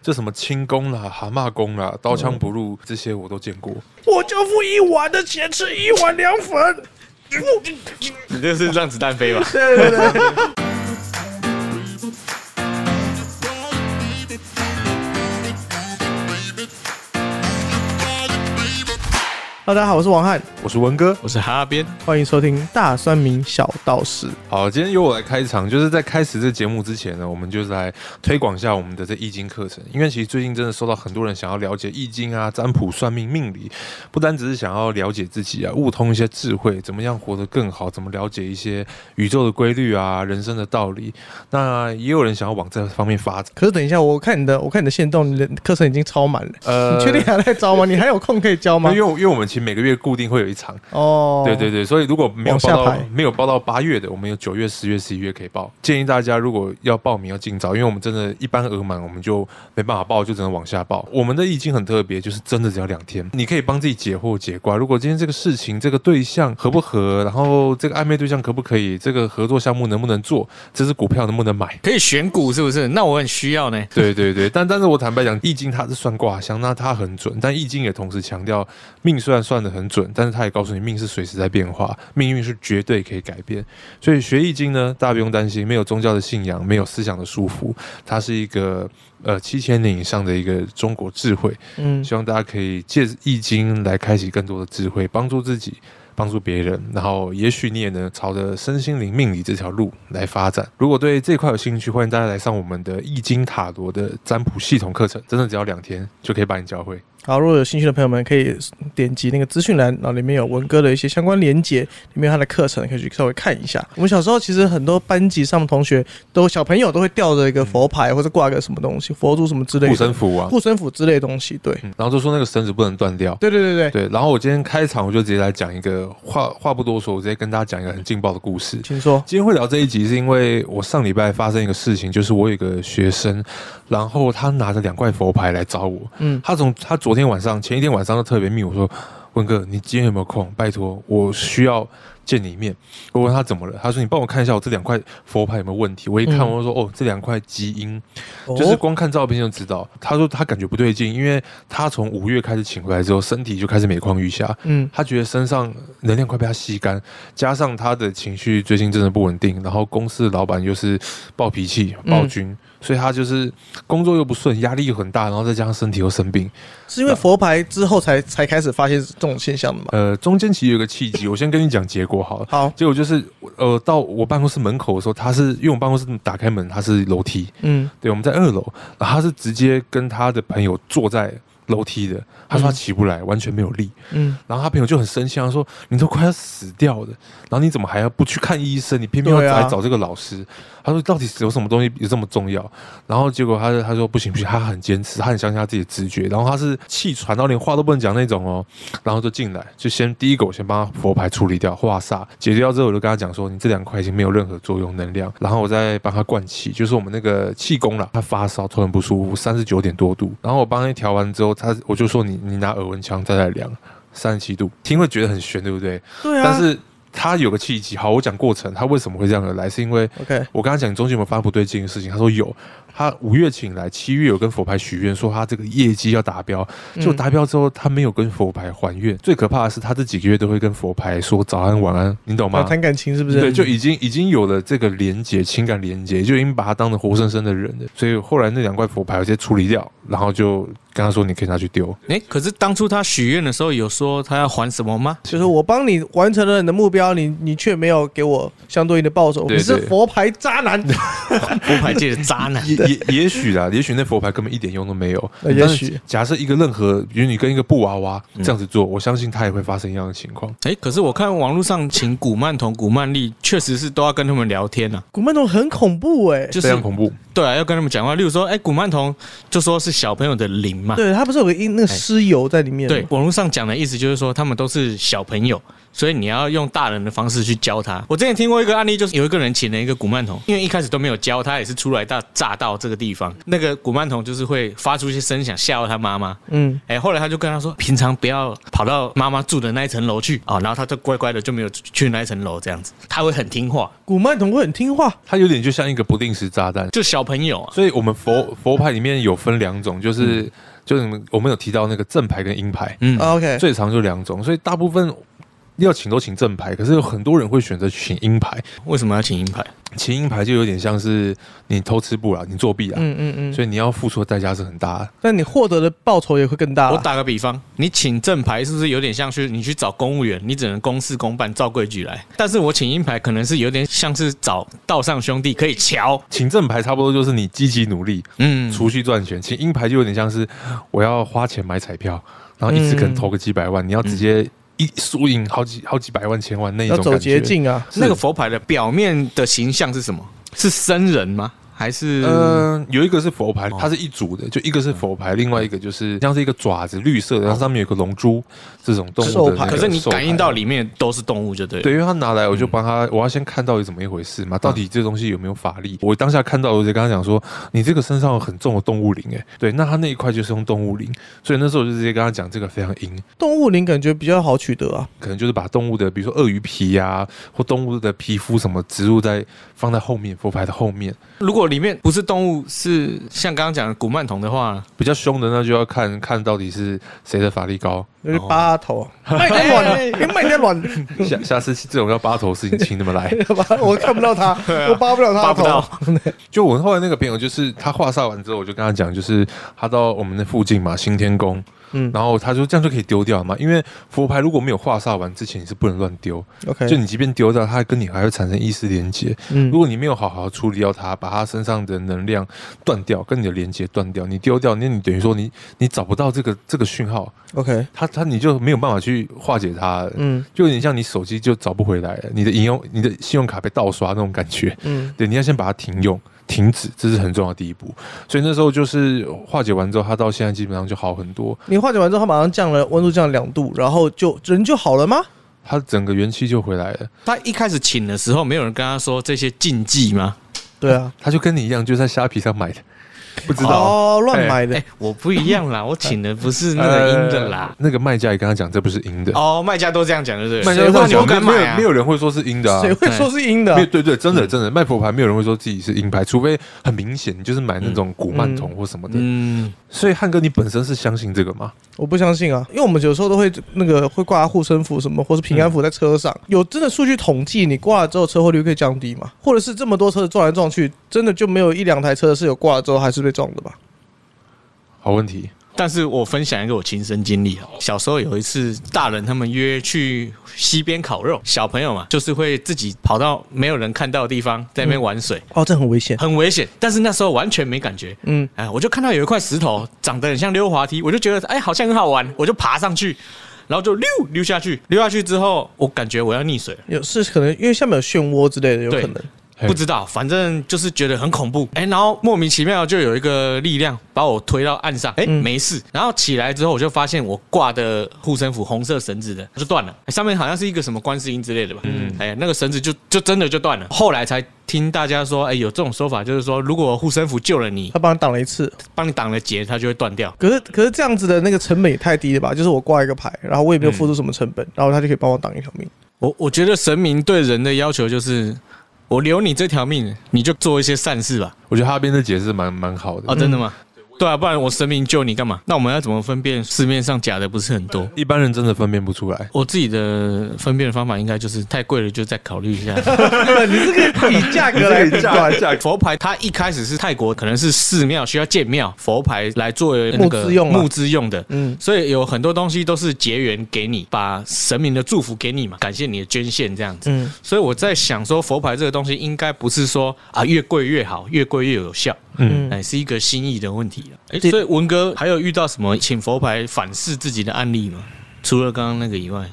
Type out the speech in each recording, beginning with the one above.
这什么轻功啦、蛤蟆功啦、刀枪不入、这些我都见过。我就付一碗的钱吃一碗凉粉。 你这是让子弹飞吧？对对对对， 大家好，我是王翰，我是文哥， 我是哈边，欢迎收听《大酸民小道士》。好，今天由我来开场，就是在开始这节目之前呢，我们就是来推广一下我们的这易经课程，因为其实最近真的收到很多人想要了解易经啊、占卜、算命、命理，不单只是想要了解自己啊，悟通一些智慧，怎么样活得更好，怎么了解一些宇宙的规律啊、人生的道理。那也有人想要往这方面发展。可是等一下，我看你的，我看你的线动，你的课程已经超满了。呃你确定还在招吗？你还有空可以教吗因？为我因为我们其实每个月固定会有一场，哦，对对对，所以如果没有往报下到排没有报到八月的，我们有九月、十月、十一月可以报。建议大家如果要报名要尽早，因为我们真的一般额满我们就没办法报，就只能往下报。我们的易经很特别，就是真的只要两天，你可以帮自己解惑解卦。如果今天这个事情、这个对象合不合，然后这个暧昧对象可不可以，这个合作项目能不能做，这只股票能不能买。可以选股是不是？那我很需要呢。对对对，但但是我坦白讲，易经它是算卦象，那它很准，但易经也同时强调命虽然算的很准，但是它也告诉你命是随时在变化，命运是绝对可以改变。所以学易经呢，大家不用担心，没有宗教的信仰，没有思想的束缚，它是一个呃七千年以上的一个中国智慧。嗯，希望大家可以借着易经来开启更多的智慧，帮助自己。帮助别人，然后也许你也能朝着身心灵命理这条路来发展。如果对这一块有兴趣，欢迎大家来上我们的易经塔罗的占卜系统课程，真的只要两天就可以把你教会。好，如果有兴趣的朋友们，可以点击那个资讯栏，然后里面有文哥的一些相关连接，里面有他的课程可以去稍微看一下。我们小时候其实很多班级上同学都小朋友都会吊着一个佛牌，或者挂个什么东西，佛珠什么之类的，护身符啊，护身符之类的东西。对，嗯然后就说那个绳子不能断掉。对对对对，对，然后我今天开场我就直接来讲一个话话不多说，我直接跟大家讲一个很劲爆的故事。请说。今天会聊这一集，是因为我上礼拜发生一个事情，就是我有一个学生，然后他拿着两块佛牌来找我，嗯，他从他昨天晚上前一天晚上都特别密我说，文哥，你今天有没有空？拜托，我需要见你一面。我问他怎么了，他说你帮我看一下我这两块佛牌有没有问题。我一看，嗯哦我就说、哦，这两块基因就是光看照片就知道。他说他感觉不对劲，因为他从五月开始请回来之后，身体就开始每况愈下。嗯，他觉得身上能量快被他吸干，加上他的情绪最近真的不稳定，然后公司的老板又是暴脾气、暴君，所以他就是工作又不顺，压力又很大，然后再加上身体又生病。是因为佛牌之后才才开始发现这种现象的嘛？呃，中间其实有个契机，我先跟你讲结果好了。好，结果就是，呃，到我办公室门口的时候，他是因为我办公室打开门，他是楼梯，嗯，对，我们在二楼，然后他是直接跟他的朋友坐在楼梯的，他说他嗯起不来，完全没有力。嗯，然后他朋友就很生气，他说：“你都快要死掉了，然后你怎么还要不去看医生？你偏偏要对啊来找这个老师。他说：“到底有什么东西有这么重要？”然后结果他他说：“不行不行，他很坚持，他很相信他自己的直觉。”然后他是气喘到连话都不能讲那种哦，然后就进来，就先第一个我先帮他佛牌处理掉化煞，解决掉之后，我就跟他讲说：“你这两块已经没有任何作用能量。”然后我再帮他灌气，就是我们那个气功啦，他发烧，头很不舒服，三十九点多度。然后我帮他调完之后，他我就说你：“你拿耳温枪再来量。”三十七度，听会觉得很悬，对不对？对啊。但是他有个契机。好，我讲过程，他为什么会这样而来，是因为 OK，我跟他讲你中间有没有发生不对劲的事情，他说有。他五月请来，七月有跟佛牌许愿，说他这个业绩要达标。嗯就达标之后，他没有跟佛牌还愿。最可怕的是，他这几个月都会跟佛牌说早安、晚安，你懂要吗？谈感情是不是？嗯对，就已经已经有了这个连接，情感连接，就已经把他当成活生生的人了。所以后来那两块佛牌我直接处理掉，然后就跟他说你可以拿去丢。哎、可是当初他许愿的时候有说他要还什么 吗？就是我帮你完成了你的目标，你你却没有给我相对应的报酬，对你是对佛牌渣男。佛牌界的渣 男 。也也也许啦，也许那佛牌根本一点用都没有。呃也但是许假设一个任何，比如你跟一个布娃娃这样子做，我相信它也会发生一样的情况。哎、可是我看网络上请古曼童、古曼丽，确实是都要跟他们聊天啊，古曼童很恐怖哎、就非是常恐怖，对啊，要跟他们讲话。例如说，哎、古曼童就说是小朋友的灵嘛，对他不是有个音那个尸油在里面吗？啊对，网络上讲的意思就是说，他们都是小朋友，所以你要用大人的方式去教他。我之前听过一个案例，就是有一个人请了一个古曼童，因为一开始都没有教他，也是出来到炸到这个地方，那个古曼童就是会发出一些声响吓到他妈妈。嗯，哎、后来他就跟他说，平常不要跑到妈妈住的那一层楼去啊、哦，然后他就乖乖的就没有去那一层楼，这样子，他会很听话。古曼童会很听话，它有点就像一个不定时炸弹。就小小朋友啊，所以我们佛佛牌里面有分两种，就是、就是你们我们有提到那个正牌跟阴牌，嗯，啊 OK，最常就两种，所以大部分要请都请正牌，可是有很多人会选择请阴牌，为什么要请银牌？请阴牌就有点像是你偷吃不啦，你作弊啦，嗯嗯嗯，所以你要付出的代价是很大的。但你获得的报酬也会更大啦。啊我打个比方，你请正牌是不是有点像去你去找公务员，你只能公事公办，照规矩来？但是我请银牌可能是有点像是找道上兄弟可以瞧，请正牌差不多就是你积极努力，嗯，储蓄赚钱；请阴牌就有点像是我要花钱买彩票，然后一次可嗯能投个几百万，你要直接一输赢好几好几百万、千万那一要种走感捷觉。径啊，那个佛牌的表面的形象是什么？是僧人吗？还是、嗯，有一个是佛哦牌，它是一组的，就一个是佛嗯牌，另外一个就是像是一个爪子，绿色的，然后上面有个龙珠，这种动物兽的那牌个可是你兽牌感应到嗯里面都是动物，就对了。对，因为他拿来，我就帮他，我要先看到底怎么一回事嗯嘛，到底这东西有没有法力？我当下看到，我就跟他讲说，你这个身上有很重的动物灵，哎，对，那他那一块就是用动物灵，所以那时候我就直接跟他讲，这个非常阴，动物灵感觉比较好取得啊。可能就是把动物的，比如说鳄鱼皮呀、或动物的皮肤什么植入在放在后面佛牌的后面，如果里面不是动物，是像刚刚讲的古曼童的话，比较凶的那就要看看到底是谁的法力高，就是八 头，卖你在卵，你哎卖你在 卵，下下次这种要八头的事情请你们来。 我看不到它，我扒不了它扒的不头。到。就我后来那个朋友，就是他画煞完之后，我就跟他讲，就是他到我们那附近嘛，新天宫，嗯嗯，然后他说这样就可以丢掉嘛，因为佛牌如果没有画煞完之前，你是不能乱丢， OK，就你即便丢掉，它跟你还会产生意识连接。嗯如果你没有好好处理掉它，把它身上的能量断掉，跟你的连接断掉，你丢掉，那你等于说你你找不到这个这个讯号， ，OK，它它你就没有办法去化解它，嗯就有点像你手机就找不回来了，你的银用你的信用卡被盗刷那种感觉。嗯，对，你要先把它停用、停止，这是很重要的第一步。所以那时候就是化解完之后，他到现在基本上就好很多，你化解完之后，它马上降了温度，降了两度，然后就人就好了吗？他整个元气就回来了。他一开始请的时候，没有人跟他说这些禁忌吗？对啊，他就跟你一样，就在虾皮上买的，不知道。哦，乱买哎、的，我不一样啦，我请的不是那个阴的啦呃。那个卖家也跟他讲，这不是阴的。哦，卖家都这样讲，对不对？卖家谁跟他会说讲，我敢没有买没有啊没？有人会说是阴的啊。谁会说是阴的啊没有？对对，真的真的卖佛牌，没有人会说自己是阴牌，除非很明显，你就是买那种古曼童或什么的。嗯，所以汉哥，你本身是相信这个吗？我不相信啊，因为我们有时候都会那个会挂护身符什么，或是平安符在车上。有真的数据统计，你挂了之后车祸率可以降低吗？或者是这么多车子撞来撞去，真的就没有一两台车是有挂了之后还是被撞的吧？好问题，但是我分享一个我亲身经历哈，啊小时候有一次，大人他们约去溪边烤肉，小朋友嘛，就是会自己跑到没有人看到的地方，在那边玩水，哦，这很危险。很危险。但是那时候完全没感觉，嗯，哎，我就看到有一块石头长得很像溜滑梯，我就觉得哎，好像很好玩，我就爬上去，然后就溜溜下去，溜下去之后，我感觉我要溺水了。有是可能因为下面有漩涡之类的，有对可能。嘿不知道，反正就是觉得很恐怖。哎、然后莫名其妙就有一个力量把我推到岸上，哎、嗯没事。然后起来之后，我就发现我挂的护身符红色绳子的就断了、哎上面好像是一个什么观世音之类的吧。嗯，哎、那个绳子就就真的就断了。后来才听大家说，哎、有这种说法，就是说如果护身符救了你，他帮你挡了一次，帮你挡了劫，它就会断掉。可是可是这样子的那个成本也太低了吧？就是我挂一个牌，然后我也没有付出什么成本，然后他就可以帮我挡一条命。我我觉得神明对人的要求就是。我留你这条命，你就做一些善事吧。我觉得哈边的解释蛮蛮好的哦，。真的吗？对啊，不然我神明救你干嘛？那我们要怎么分辨市面上假的不是很多？一般人真的分辨不出来。我自己的分辨的方法应该就是太贵了就再考虑一下。你这个以价格 来断，价佛牌它一开始是泰国可能是寺庙需要建庙佛牌来作为那个募资用啊募资用的，嗯，所以有很多东西都是结缘给你，把神明的祝福给你嘛，感谢你的捐献这样子。嗯所以我在想说，佛牌这个东西应该不是说啊越贵越好，越贵越有效，嗯哎，是一个心意的问题啊。哎，对所以文哥还有遇到什么请佛牌反噬自己的案例吗？除了刚刚那个以外，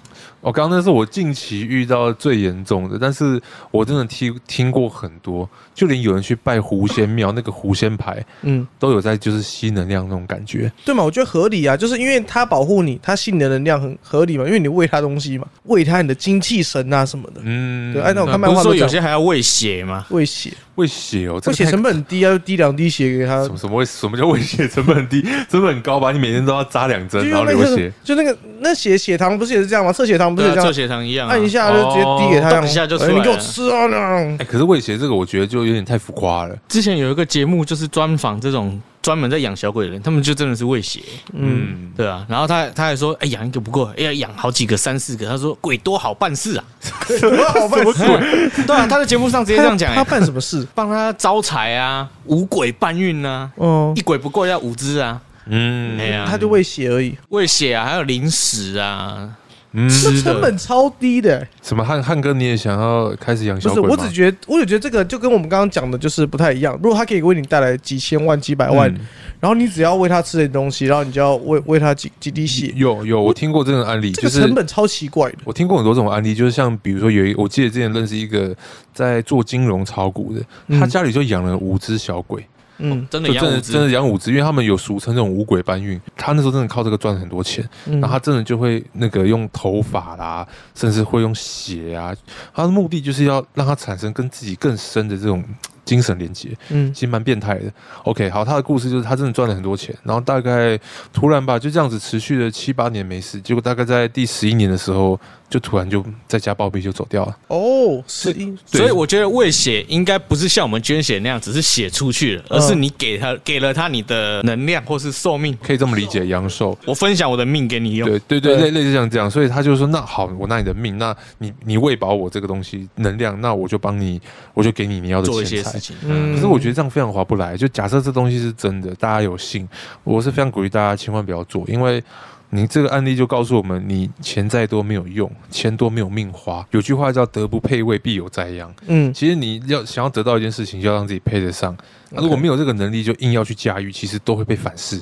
哦，刚刚那是我近期遇到最严重的，但是我真的听听过很多，就连有人去拜狐仙庙，那个狐仙牌嗯，都有在就是吸能量那种感觉。对嘛？我觉得合理啊，就是因为他保护你，他吸你的能量很合理嘛，因为你喂他东西嘛，喂他你的精气神啊什么的，嗯，对哎那我看不漫是画都说有讲些还要喂血吗？喂血。喂血哦，这会个血太成本很低啊，就滴两滴血给他什，么什么会什么叫喂血成本很低， 成本很高吧？你每天都要扎两针，就然后用那流个血，就那个那血血糖不是也是这样吗？测血糖不是对也啊，这测样，血糖一样啊，按一下就直接滴给他，哦这样一下就出哎来了你给我吃啊！那样 哎、可是喂血这个我觉得就有点太浮夸了。之前有一个节目就是专访这种专门在养小鬼的人，他们就真的是喂血，嗯，嗯，对啊。然后他他还说，哎、养一个不够，哎要养好几个，三四个。他说鬼多好 办事啊，好办事， 对啊，他在节目上直接这样讲、他哎，办什么事？帮他招财啊，五鬼搬运啊，哦 一，鬼不够要五只啊，哎嗯，呀、他就喂血而已，喂血啊，还有零食啊，嗯，吃那的成本超低的、什么汉汉哥，你也想要开始养不小是，鬼吗？我只觉得，我只觉得这个就跟我们刚刚讲的，就是不太一样。如果他可以为你带来几千万、几百万，嗯然后你只要喂他吃点东西，然后你就要喂喂他几几滴血，有有，我听过这种案例，嗯就这个是成本超奇怪的。我听过很多这种案例，就是像比如说有一，我记得之前认识一个在做金融炒股的，嗯他家里就养了五只小鬼，嗯真的就真养五的只，真的养五只，因为他们有俗称这种五鬼搬运，他那时候真的靠这个赚很多钱，嗯哦然后他真的就会那个用头发啦，甚至会用血啊，他的目的就是要让他产生跟自己更深的这种精神连接。嗯其实蛮变态的。OK，好，他的故事就是他真的赚了很多钱，然后大概突然吧，就这样子持续了七八年没事，结果大概在第十一年的时候，就突然就在家暴毙就走掉了。哦，是一对所以我觉得喂血应该不是像我们捐血那样，只是血出去了，嗯而是你给他给了他你的能量或是寿命。可以这么理解，阳寿。我分享我的命给你用，对对对，对类类似像这样，所以他就说：“那好，我拿你的命，那你你喂饱我这个东西能量，那我就帮你，我就给你你要做的一些钱事财。情。嗯可是我觉得这样非常划不来。就假设这东西是真的，大家有信，我是非常鼓励大家千万不要做，因为你这个案例就告诉我们，你钱再多没有用，钱多没有命花。有句话叫“德不配位，必有灾殃”。嗯其实你要想要得到一件事情，就要让自己配得上。那、 OK 如果没有这个能力，就硬要去驾驭，其实都会被反噬。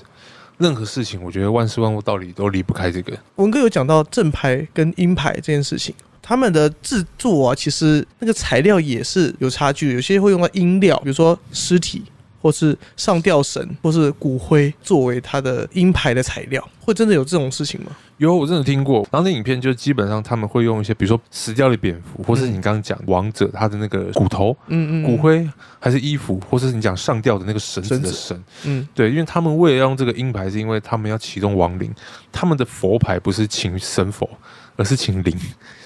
任何事情，我觉得万事万物道理都离不开这个。文哥有讲到正牌跟阴牌这件事情，他们的制作啊，其实那个材料也是有差距的，有些会用到阴料，比如说尸体。或是上吊绳，或是骨灰作为它的阴牌的材料，会真的有这种事情吗？有，我真的听过。然后那影片就基本上他们会用一些，比如说死掉的蝙蝠，或是你刚刚讲王者他的那个骨头，嗯嗯，骨，灰还是衣服，或是你讲上吊的那个绳子的绳子绳，嗯，对，因为他们为了让这个鹰牌，是因为他们要启动亡灵，他们的佛牌不是请神佛，而是请灵，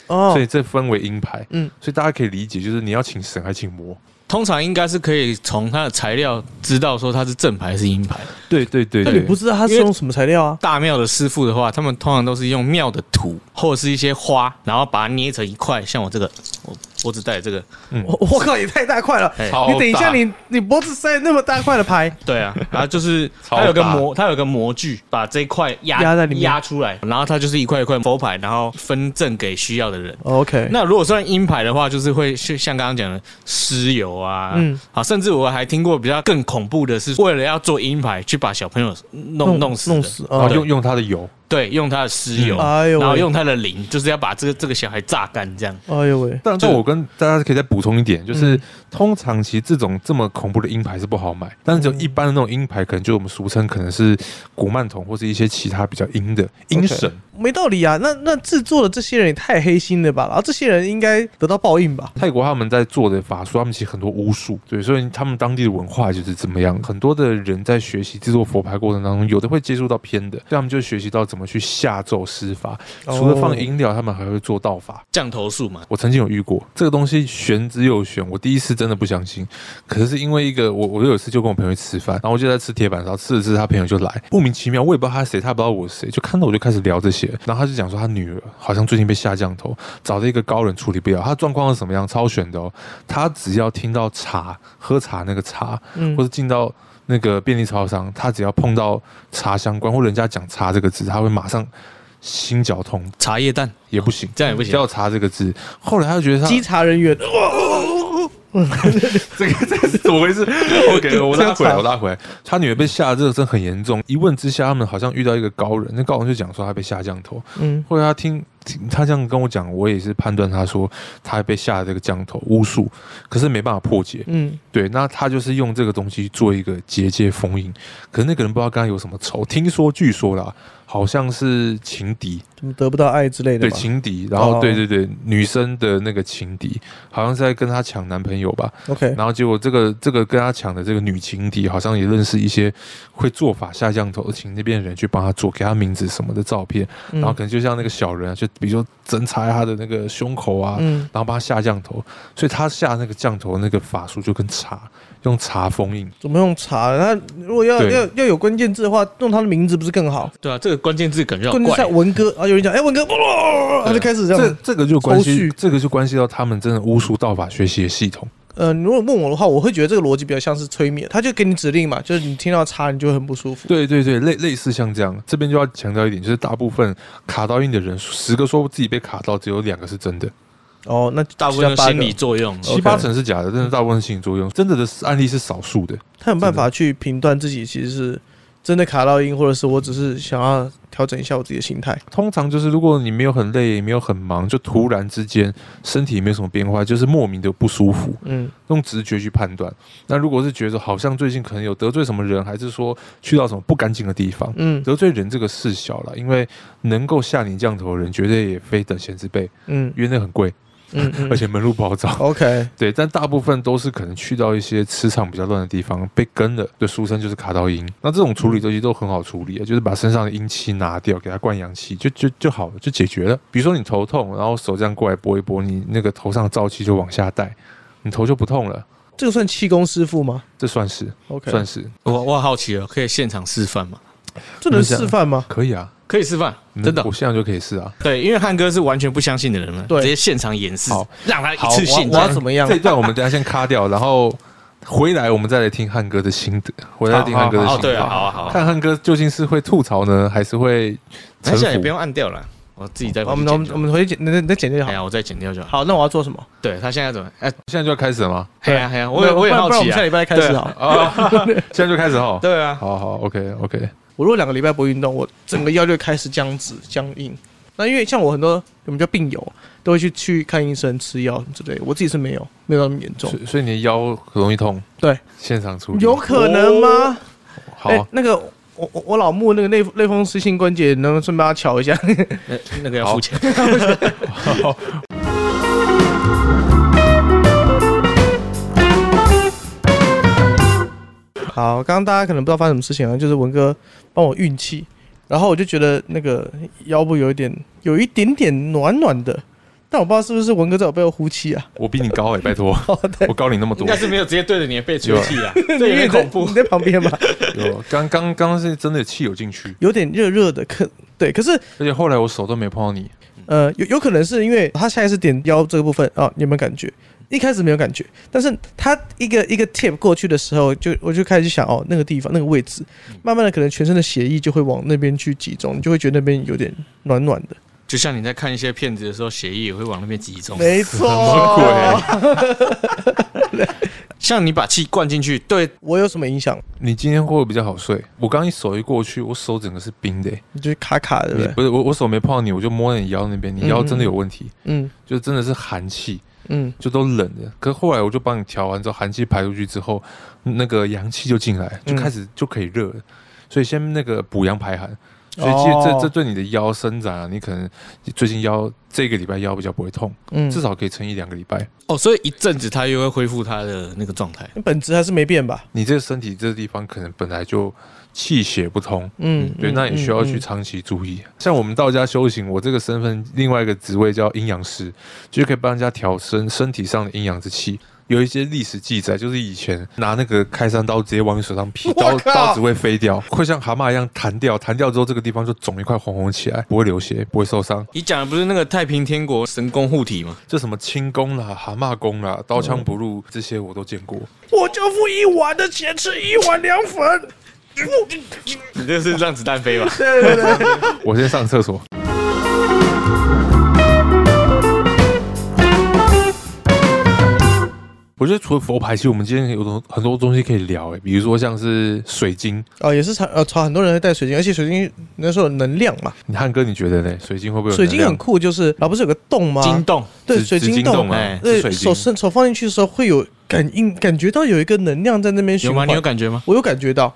哦所以这分为鹰牌。嗯，所以大家可以理解，就是你要请神还请魔。通常应该是可以从它的材料知道说它是正牌还是阴牌。对对对那你不知道它是因为用什么材料啊？大庙的师傅的话，他们通常都是用庙的土或者是一些花，然后把它捏成一块，像我这个，我脖子戴的这个，我哦我靠，也太大块了！哎超大你等一下你，你脖子塞那么大块的牌，对啊，然后就是超它有个大模，它有个模具，把这一块压压在里面压出来，然后它就是一块一块佛牌，然后分赠给需要的人。哦 OK，那如果算阴牌的话，就是会是像刚刚讲的尸油啊，嗯嗯，好，甚至我还听过比较更恐怖的是，为了要做阴牌，去把小朋友弄弄死的，弄死然后哦用用他的油，对，用他的尸油，嗯哎呦喂然后用他的灵，就是要把这个这个小孩榨干，这样哎呦喂，但这但个我跟大家可以再补充一点，就是、嗯通常其实这种这么恐怖的鹰牌是不好买，但是只有一般的那种鹰牌，可能就我们俗称可能是古曼童或是一些其他比较阴的阴 OK 神。没道理啊！那那制作的这些人也太黑心了吧？然后这些人应该得到报应吧？泰国他们在做的法术，他们其实很多巫术，对，所以他们当地的文化就是怎么样。很多的人在学习制作佛牌过程当中，有的会接触到偏的，所以他们就学习到怎么去下咒施法。哦除了放音疗，他们还会做道法。降头术嘛。我曾经有遇过这个东西，玄之又玄。我第一次真的不相信，可是因为一个我，我有一次就跟我朋友去吃饭，然后我就在吃铁板烧，吃着吃着他朋友就来，莫名其妙，我也不知道他是谁，他也不知道我是谁，就看到我就开始聊这些，然后他就讲说他女儿好像最近被下降头，找了一个高人处理不了，他状况是什么样，超悬的哦，他只要听到茶，喝茶那个茶，嗯或，者进到那个便利超商，他只要碰到茶相关或人家讲茶这个字，他会马上心绞痛，茶叶蛋也不行。这样也不行只，要茶这个字，后来他就觉得他稽查人员，哦这个这个是怎么 回事？OK，我这拉样回来，查我拉回来。他女儿被吓得这个真的很严重，一问之下，他们好像遇到一个高人，那高人就讲说他被下降头。嗯，后来他听他这样跟我讲，我也是判断他说他被下了这个降头巫术，可是没办法破解。嗯，对，那他就是用这个东西做一个结界封印，可是那个人不知道跟他有什么仇，听说据说啦，好像是情敌，怎么得不到爱之类的对吧？情敌，然后哦对对对，女生的那个情敌，好像是在跟她抢男朋友吧， OK，然后结果这个这个跟她抢的这个女情敌，好像也认识一些会做法下降头，请那边的人去帮她做，给她名字什么的照片，然然后可能就像那个小人啊，就比如说针插她的那个胸口啊，嗯然后帮她下降头，所以她下那个降头那个法术就跟茶用茶封印，怎么用查？他如果要对要要有关键字的话，用他的名字不是更好？对啊，这个关键字感觉好关键字在怪。文哥啊，有人讲哎、文哥，哦他就开始这这样。这个就关抽系蓄这个就关系到他们真的巫术道法学习的系统。呃，你如果问我的话，我会觉得这个逻辑比较像是催眠，他就给你指令嘛，就是你听到查你就会很不舒服。对对对，类类似像这样，这边就要强调一点，就是大部分卡到印的人，十个说自己被卡到，只有两个是真的，哦，那大部分都心理作用，哦七八成是假的，真的大部分是心理作用，真的的案例是少数的。他有办法去评断自己其实是真的卡到音，或者是我只是想要调整一下我自己的心态。通常就是如果你没有很累，也没有很忙，就突然之间身体没有什么变化，就是莫名的不舒服，嗯，用直觉去判断。那如果是觉得好像最近可能有得罪什么人，还是说去到什么不干净的地方，嗯得罪人这个事小了，因为能够下你降头的人，绝对也非等闲之辈，嗯因为那很贵，嗯嗯，而且门路不好找。 OK，对，但大部分都是可能去到一些磁场比较乱的地方被跟了，对，俗称就是卡到阴。那这种处理嗯东西都很好处理，啊就是把身上的阴气拿掉，给它灌阳气，就就就好了，就解决了。比如说你头痛，然后手这样过来拨一拨，你那个头上的燥气就往下带，你头就不痛了。这个算气功师傅吗这算是啊？OK，算是我我好奇了，哦可以现场示范吗？这能示范吗？可以啊，可以示范，嗯真的我现在就可以试啊。对，因为汉哥是完全不相信的人了，对直接现场演示好，让他好一次性我要怎么样这？一段我们等一下先卡掉，然后回来我们再来听汉哥的心得，回来听汉哥的哦心，对得，啊，好啊，好啊，看汉哥究竟是会吐槽呢，还是会那臣现在也服不。用按掉了，我自己再我回去们我剪们就我好。们回去剪，那那那剪掉就哎好。呀，我再剪掉就好。好，那我要做什么？对他现在怎么？哎，现在就要开始了吗？嘿哎呀嘿呀，我也不然我也好不然我奇们啊下。礼拜开始好了。啊， 现在就开始哈。对啊，好好，OK OK，我如果两个礼拜不运动，我整个腰就开始僵直僵硬。那因为像我很多我们叫病友，都会去去看医生吃药之类的，我自己是没有没有那么严重所，以所以你的腰很容易痛，对，现场处理哦有可能吗？好哎、那个我我我老木那个类类风湿性关节，能不能顺便把它瞧一下？那那个要付钱。好。好，刚刚大家可能不知道发生什么事情啊，就是文哥帮我运气，然后我就觉得那个腰部有一点有一点点暖暖的，但我不知道是不是文哥在我背后呼气啊？我比你高哎，拜托， 哦，对我，高你那么应多该。是没有直接对着你的背吹气 啊， 这有因为点你在恐怖你。在旁边吧，有，刚刚刚是真的气有进去，有点热热的，可对，可是而且后来我手都没碰到你。呃，有有可能是因为他下一次点腰这个部分啊，你有没有感觉？一开始没有感觉，但是他一个一个 tip 过去的时候，就我就开始想哦，那个地方那个位置，慢慢的可能全身的血液就会往那边去集中，你就会觉得那边有点暖暖的。就像你在看一些片子的时候，血液也会往那边集中。 没错，像你把气灌进去，对，我有什么影响？你今天会不会比较好睡？我刚一手一过去，我手整个是冰的欸。你就是卡卡的，你对不对？不是我，我手没碰到你，我就摸你腰那边，你腰真的有问题，嗯就真的是寒气。嗯，就都冷的。可是后来我就帮你调完之后，寒气排出去之后，那个阳气就进来，嗯就开始就可以热了。所以先那个补阳排寒。所以其实哦这这对你的腰伸展啊，你可能最近腰这个礼拜腰比较不会痛，嗯至少可以撑一两个礼拜。哦，所以一阵子它又会恢复它的那个状态。本质还是没变吧？你这个身体这个地方可能本来就气血不通，嗯，对，嗯那也需要去。嗯长期注意。像我们道家修行，我这个身份另外一个职位叫阴阳师，就是可以帮人家调身身体上的阴阳之气。有一些历史记载，就是以前拿那个开山刀直接往你手上 劈，我刀靠刀子会飞掉，会像蛤蟆一样弹掉，弹掉之后这个地方就肿一块红红起来，不会流血，不会受伤。你讲的不是那个太平天国神功护体吗？这什么轻功啦、蛤蟆功啦、刀枪不入、这些我都见过。我就付一碗的钱吃一碗凉粉。你这是让子弹飞吧？ 对对对，我先上厕所。我觉得除了佛牌，其实我们今天有很多很多东西可以聊诶、比如说像是水晶，哦，也是常呃，常很多人会带水晶，而且水晶那时候有能量嘛，你汉哥你觉得呢？水晶会不会有水晶能很量酷，就是老不是有个洞吗？惊动，对，紫水紫晶晶洞洞啊哎是对，水手晶伸手放进去的时候会有感应，感觉到有一个能量在那边循有吗？环。你有感觉吗？我有感觉到，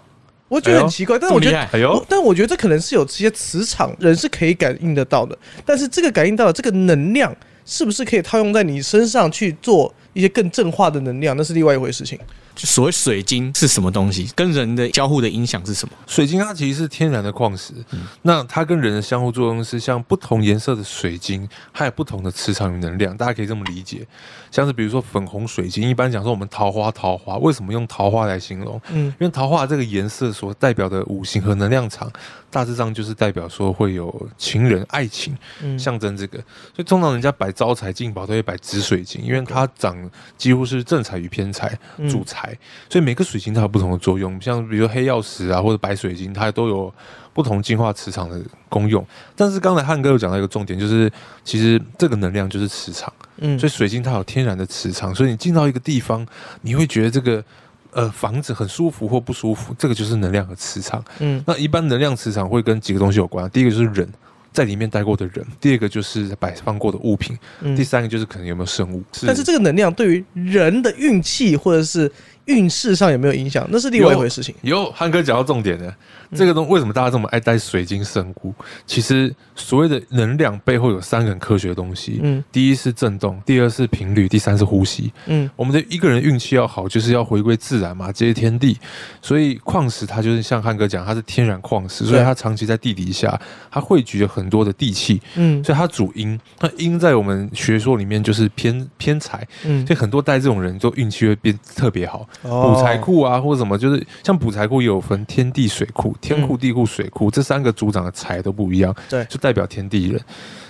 我觉哎得呦很奇怪，但这么我觉厉得害，哎我呦，但我觉得这可能是有这些磁场人是可以感应得到的，但是这个感应到的这个能量是不是可以套用在你身上去做一些更正化的能量，那是另外一回事情。就所谓水晶是什么东西？跟人的交互的影响是什么？水晶它其实是天然的矿石，那它跟人的相互作用是像不同颜色的水晶，还有不同的磁场与能量，大家可以这么理解。像是比如说粉红水晶，一般讲说我们桃花，桃花为什么用桃花来形容？嗯，因为桃花这个颜色所代表的五行和能量场，大致上就是代表说会有情人、爱情，嗯象征这个。所以通常人家摆招财进宝都会摆紫水晶，因为它长几乎是正财与偏财嗯主财，所以每个水晶它有不同的作用。像比如说黑曜石啊，或者白水晶，它都有不同净化磁场的功用。但是刚才汉哥有讲到一个重点，就是其实这个能量就是磁场。嗯所以水晶它有天然的磁场，所以你进到一个地方，你会觉得这个呃房子很舒服或不舒服，这个就是能量和磁场。嗯那一般能量磁场会跟几个东西有关，第一个就是人。在里面待过的人，第二个就是摆放过的物品，嗯第三个就是可能有没有生物。但是这个能量对于人的运气或者是运势上有没有影响，那是另外一回事情。有汉哥讲到重点呢，嗯这个东为什么大家这么爱戴水晶圣物？其实所谓的能量背后有三个很科学的东西，嗯第一是震动，第二是频率，第三是呼吸。嗯我们的一个人运气要好，就是要回归自然嘛，接天地。所以矿石它就是像汉哥讲，它是天然矿石，所以它长期在地底下，它汇聚了很多的地气，嗯所以它主阴。那阴在我们学说里面就是偏偏财，嗯所以，很多带这种人就运气会变特别好。哦补财库啊，或者什么，就是像补财库也有分天地水库、天库、地库、水库，这三个组长的财都不一样，嗯对就代表天地人。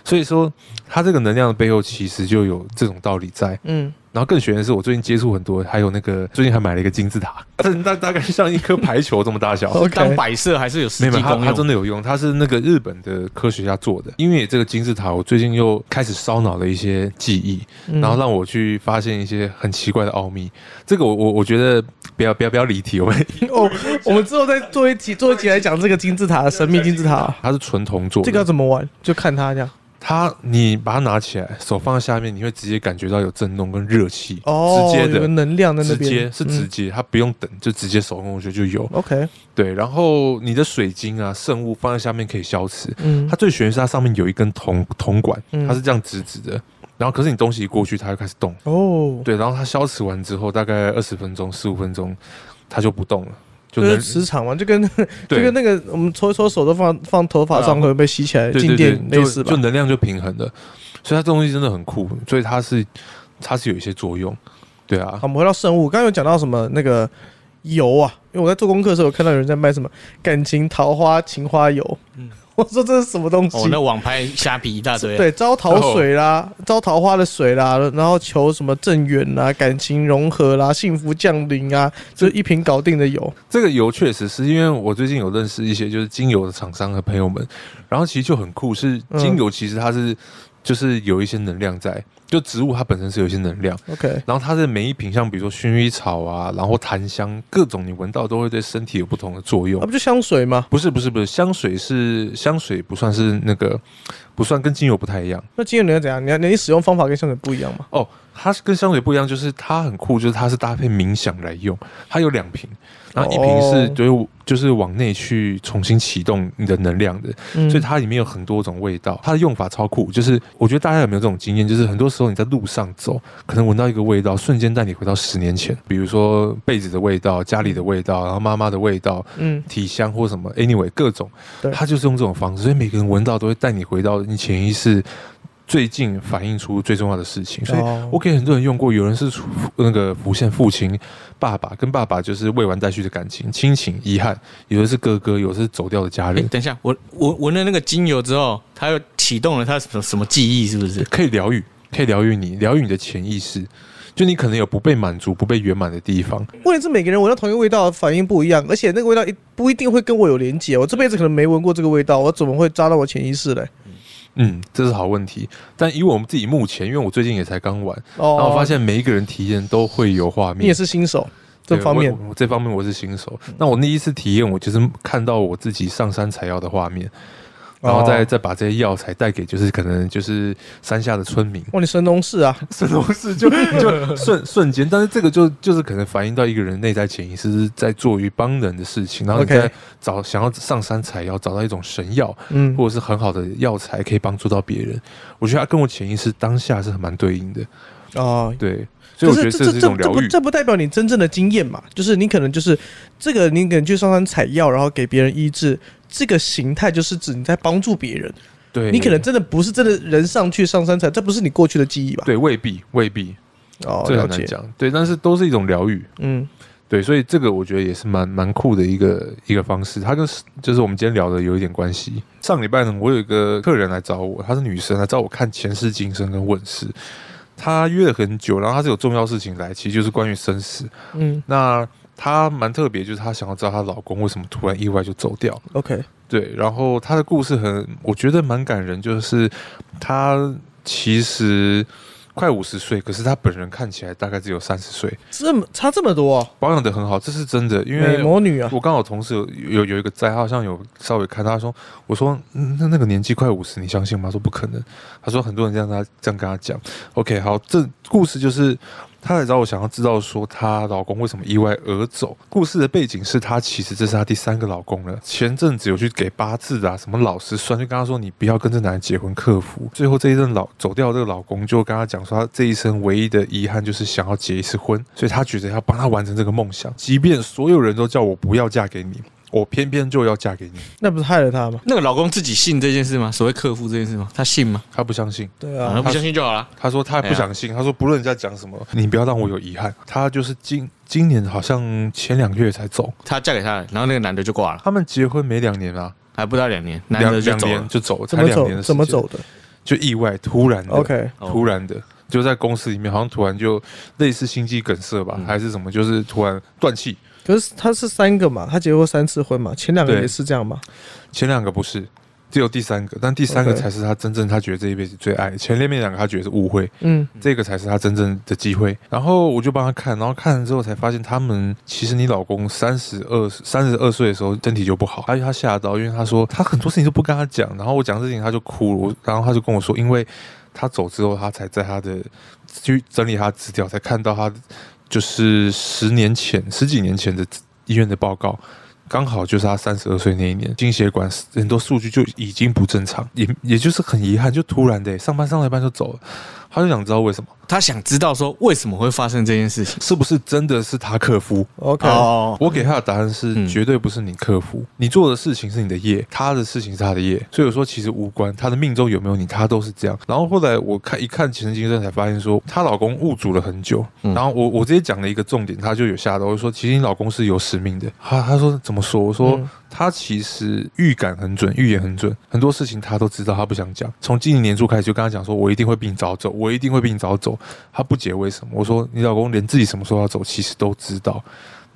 所以说，它这个能量的背后其实就有这种道理在。嗯，然后更玄的是，我最近接触很多，还有那个最近还买了一个金字塔， 它大大概像一颗排球这么大小。 OK 当摆设还是有没实有，没际有它功它真用？的有用，它是那个日本的科学家做的。因为这个金字塔，我最近又开始烧脑了一些记忆，嗯然后让我去发现一些很奇怪的奥秘。这个我我我觉得不要不要不要离题，我们 哦，我们之后再做一集，做一集来讲这个金字塔，神秘金字塔，它是纯铜做的。这个要怎么玩，就看它这样。它你把它拿起来，手放在下面，你会直接感觉到有震动跟热气，哦，直接有个的，能量在那直边，接是直嗯接，它不用等，就直接手工去就有。 OK，对，然后你的水晶啊、圣物放在下面可以消磁。嗯它最玄是它上面有一根铜铜管，嗯它是这样直直的。然后可是你东西一过去，它就开始动。哦，对，然后它消磁完之后，大概二十分钟、十五分钟，它就不动了，就就是能磁场嘛，就跟 就对跟那个我们搓一搓手都放放头发上啊会被吸起来，对静对电对，类就似吧就？能量就平衡了。所以它这东西真的很酷，所以它是它是有一些作用。对啊好，，我们回到圣物，刚刚有讲到什么那个油啊？因为我在做功课的时候，有看到有人在卖什么感情桃花情花油，嗯 我说这是什么东西？哦，那网拍虾皮一大堆啊，对，招桃水啦，哦 招桃花的水啦，然后求什么正缘啦，感情融合啦，幸福降临啊，就是一瓶搞定的油。这个油确实是因为我最近有认识一些就是精油的厂商和朋友们，然后其实就很酷，是嗯精油其实它是就是有一些能量在，就植物它本身是有一些能量， OK，然后它的每一瓶像比如说薰衣草啊，然后檀香各种你闻到都会对身体有不同的作用啊那、。不就香水吗？不是不是不是，香水是香水不算是那个，不算跟精油不太一样。那精油能量怎样？你要你使用方法跟香水不一样吗？哦，它是跟香水不一样，就是它很酷，就是它是搭配冥想来用，它有两瓶，然后一瓶是哦就是就是往内去重新启动你的能量的，嗯所以它里面有很多种味道，它的用法超酷。就是我觉得大家有没有这种经验，就是很多时候你在路上走，可能闻到一个味道，瞬间带你回到十年前，比如说被子的味道、家里的味道，然后妈妈的味道，嗯，体香或什么，anyway 各种对，它就是用这种方式，所以每个人闻到都会带你回到你潜意识最近反映出最重要的事情。所以哦我给很多人用过，有人是出那个浮现父亲、爸爸跟爸爸就是未完待续的感情、亲情、遗憾，有的是哥哥，有的是走掉的家哎，人，等一下，我我闻了那个精油之后，它又启动了它什么什么记忆，是不是？可以疗愈，可以疗愈你，疗愈你的潜意识。就你可能有不被满足、不被圆满的地方，问题是每个人闻到同一个味道反应不一样，而且那个味道一不一定会跟我有连接。我这辈子可能没闻过这个味道，我怎么会扎到我潜意识嘞？嗯，这是好问题。但以我们自己目前，因为我最近也才刚玩，哦，然后我发现每一个人体验都会有画面。你也是新手这对方面嗯我，我我这方面我是新手。那我那一次体验，我就是看到我自己上山采药的画面，然后再、哦再把这些药材带给就是可能就是山下的村民，哇，你神农氏 啊，神农氏就就瞬瞬间，但是这个就就是可能反映到一个人内在潜意识在做于帮人的事情，然后你 OK 在找想要上山采药，找到一种神药嗯，或者是很好的药材可以帮助到别人，我觉得它跟我潜意识当下是很蛮对应的，哦，对，所以我觉得这这是一种这疗不愈。这不代表你真正的经验嘛，就是你可能就是这个，你可能去上山采药，然后给别人医治。这个形态就是指你在帮助别人，对你可能真的不是真的人上去上山采，这不是你过去的记忆吧？对未必未必，哦，这了很难解，讲。对，但是都是一种疗愈。嗯，对，所以这个我觉得也是蛮蛮酷的一个一个方式，它跟就是我们今天聊的有一点关系。上礼拜呢，我有一个客人来找我，她是女生，来找我看前世今生跟问世。她约了很久，然后她是有重要事情来，其实就是关于生死。嗯那她蛮特别，就是她想要知道她老公为什么突然意外就走掉。 ，OK，对，然后她的故事很，我觉得蛮感人，就是她其实快五十岁，可是她本人看起来大概只有三十岁，这么差这么多、哦，保养的很好，这是真的，因为美魔女啊，我刚好同事有有有一个在，他好像有稍微看到，他说，我说嗯那那个年纪快五十，你相信吗？他说不可能，他说很多人这样跟他这样跟他讲。OK，好，这故事就是她来找我，想要知道说她老公为什么意外而走。故事的背景是她其实这是她第三个老公了，前阵子有去给八字啊什么老师算，就跟她说你不要跟这男人结婚，克服。最后这一任老走掉这个老公就跟她讲说，她这一生唯一的遗憾就是想要结一次婚，所以她觉得要帮她完成这个梦想，即便所有人都叫我不要嫁给你。我偏偏就要嫁给你，那不是害了她吗？那个老公自己信这件事吗？所谓克夫这件事吗？他信吗？她不相信。对啊，那啊，不相信就好了。他说他不相信，他说不论人家讲什么，你不要让我有遗憾。他就是今今年好像前两个月才走，她嫁给他了，然后那个男的就挂了，他们结婚没两年啊，还不到两年，男两的就两走了年。就走，怎才么两年走的时间嗯怎么走的就意外突然的？OK，哦突然的就在公司里面，好像突然就类似心肌梗塞吧，嗯还是什么，就是突然断气。可是她是三个嘛，她结过三次婚嘛，前两个对也是这样嘛，前两个不是，只有第三个，但第三个 OK 才是他真正他觉得这一辈子最爱。前面两个他觉得是误会，嗯，这个才是他真正的机会。然后我就帮他看，然后看了之后才发现，他们其实你老公三十二三十二岁的时候身体就不好，而且他吓到，因为他说他很多事情都不跟他讲，然后我讲事情他就哭了，我然后他就跟我说，因为他走之后，他才在他的去整理他的资料，才看到他就是十年前十几年前的医院的报告。刚好就是他三十二岁那一年，心血管很多数据就已经不正常，也也就是很遗憾，就突然的、上班上到一半就走了，他就想知道为什么。他想知道说为什么会发生这件事情。是不是真的是他克夫？ OK，哦，我给他的答案是，嗯绝对不是你克夫。你做的事情是你的业，他的事情是他的业，所以我说其实无关。他的命中有没有你，他都是这样。然后后来我看一看前世今生，才发现说她老公误主了很久。嗯然后我我直接讲了一个重点，他就有吓到，我就说其实你老公是有使命的。他他说怎么说？我说、嗯他其实预感很准，预言很准，很多事情他都知道，他不想讲。从今年年初开始就跟他讲说，我一定会比你早走，我一定会比你早走。他不解为什么。我说你老公连自己什么时候要走，其实都知道。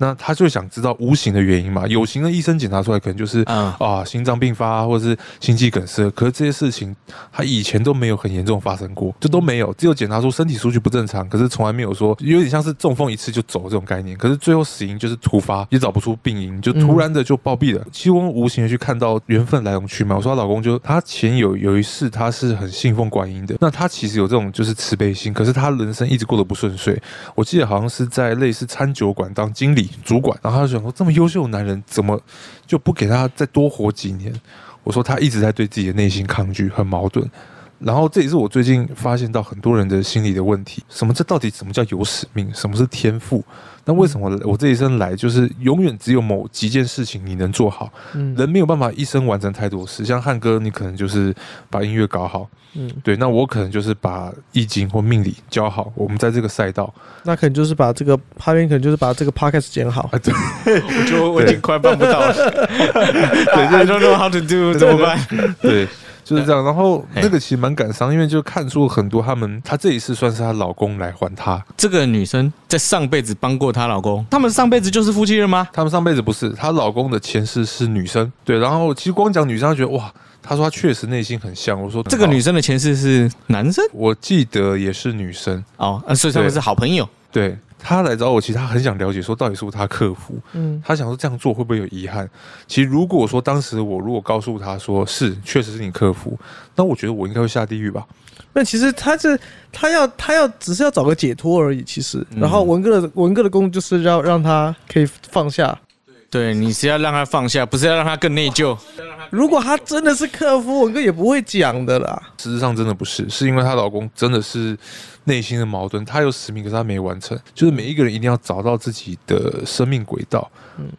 那他就想知道无形的原因嘛，有形的医生检查出来可能就是嗯，啊心脏病发、啊、或者是心肌梗塞，可是这些事情他以前都没有很严重发生过，这都没有，只有检查出身体数据不正常，可是从来没有说有点像是中风一次就走这种概念，可是最后死因就是突发，也找不出病因，就突然的就暴毙了。其实我们无形的去看到缘分来龙去脉。我说她老公就他前有有一世他是很信奉观音的，那他其实有这种就是慈悲心，可是他人生一直过得不顺遂。我记得好像是在类似餐酒馆当经理主管，然后他就想说这么优秀的男人怎么就不给他再多活几年？我说他一直在对自己的内心抗拒，很矛盾。然后这也是我最近发现到很多人的心理的问题。什么这到底什么叫有使命？什么是天赋？那为什么我这一生来就是永远只有某几件事情你能做好？嗯人没有办法一生完成太多事。像汉哥，你可能就是把音乐搞好，嗯，对，那我可能就是把易经或命理教好。我们在这个赛道，那可能就是把这个哈边可能就是把这个 podcast 剪啊好，我 啊就我已经快办不到了。对，I don't know how to 对 do，怎么办？对，就是这样。然后嘿那个其实蛮感伤，因为就看出很多他们，她这一次算是她老公来还她，这个女生在上辈子帮过她老公，他们上辈子就是夫妻了吗？他们上辈子不是，她老公的前世是女生，对。然后其实光讲女生，她觉得哇，她说她确实内心很像。我说这个女生，生的前世是男生我记得也是女生，哦，啊所以他们对是好朋友。对。她来找我，其实她很想了解，说到底是不是她克服，嗯，她想说这样做会不会有遗憾？其实如果说当时我如果告诉她说是，确实是你克服，那我觉得我应该会下地狱吧。那其实他这他要他要只是要找个解脱而已，其实。嗯然后文哥的文哥的功就是要让他可以放下。对，你是要让她放下，不是要让她更内疚。如果他真的是克夫，文哥也不会讲 的啦。事实上真的不是，是因为她老公真的是内心的矛盾，她有使命，可是她没完成。就是每一个人一定要找到自己的生命轨道，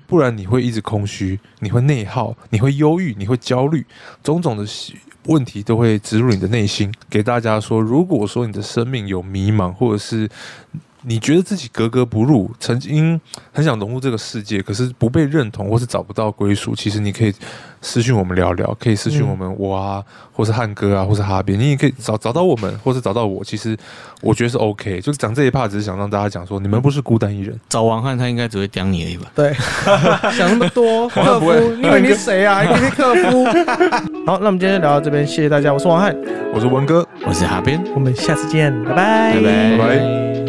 不然你会一直空虚，你会内耗，你会忧郁，你会焦虑，种种的喜问题都会植入你的内心。给大家说，如果说你的生命有迷茫，或者是你觉得自己格格不入，曾经很想融入这个世界，可是不被认同或是找不到归属，其实你可以私讯我们聊聊，可以私讯我们我啊，或是汉哥啊，或是哈边，你也可以找找到我们，或是找到我。其实我觉得是 OK，就讲这一 part，只是想让大家讲说，你们不是孤单一人。找王翰，他应该只会刁你而已吧？对，想那么多，不克夫会，你以为你是谁啊？还可以克 夫。好，那我们今天就聊到这边，谢谢大家，我是王翰，我是文哥，我是哈边，我们下次见，拜拜拜拜拜。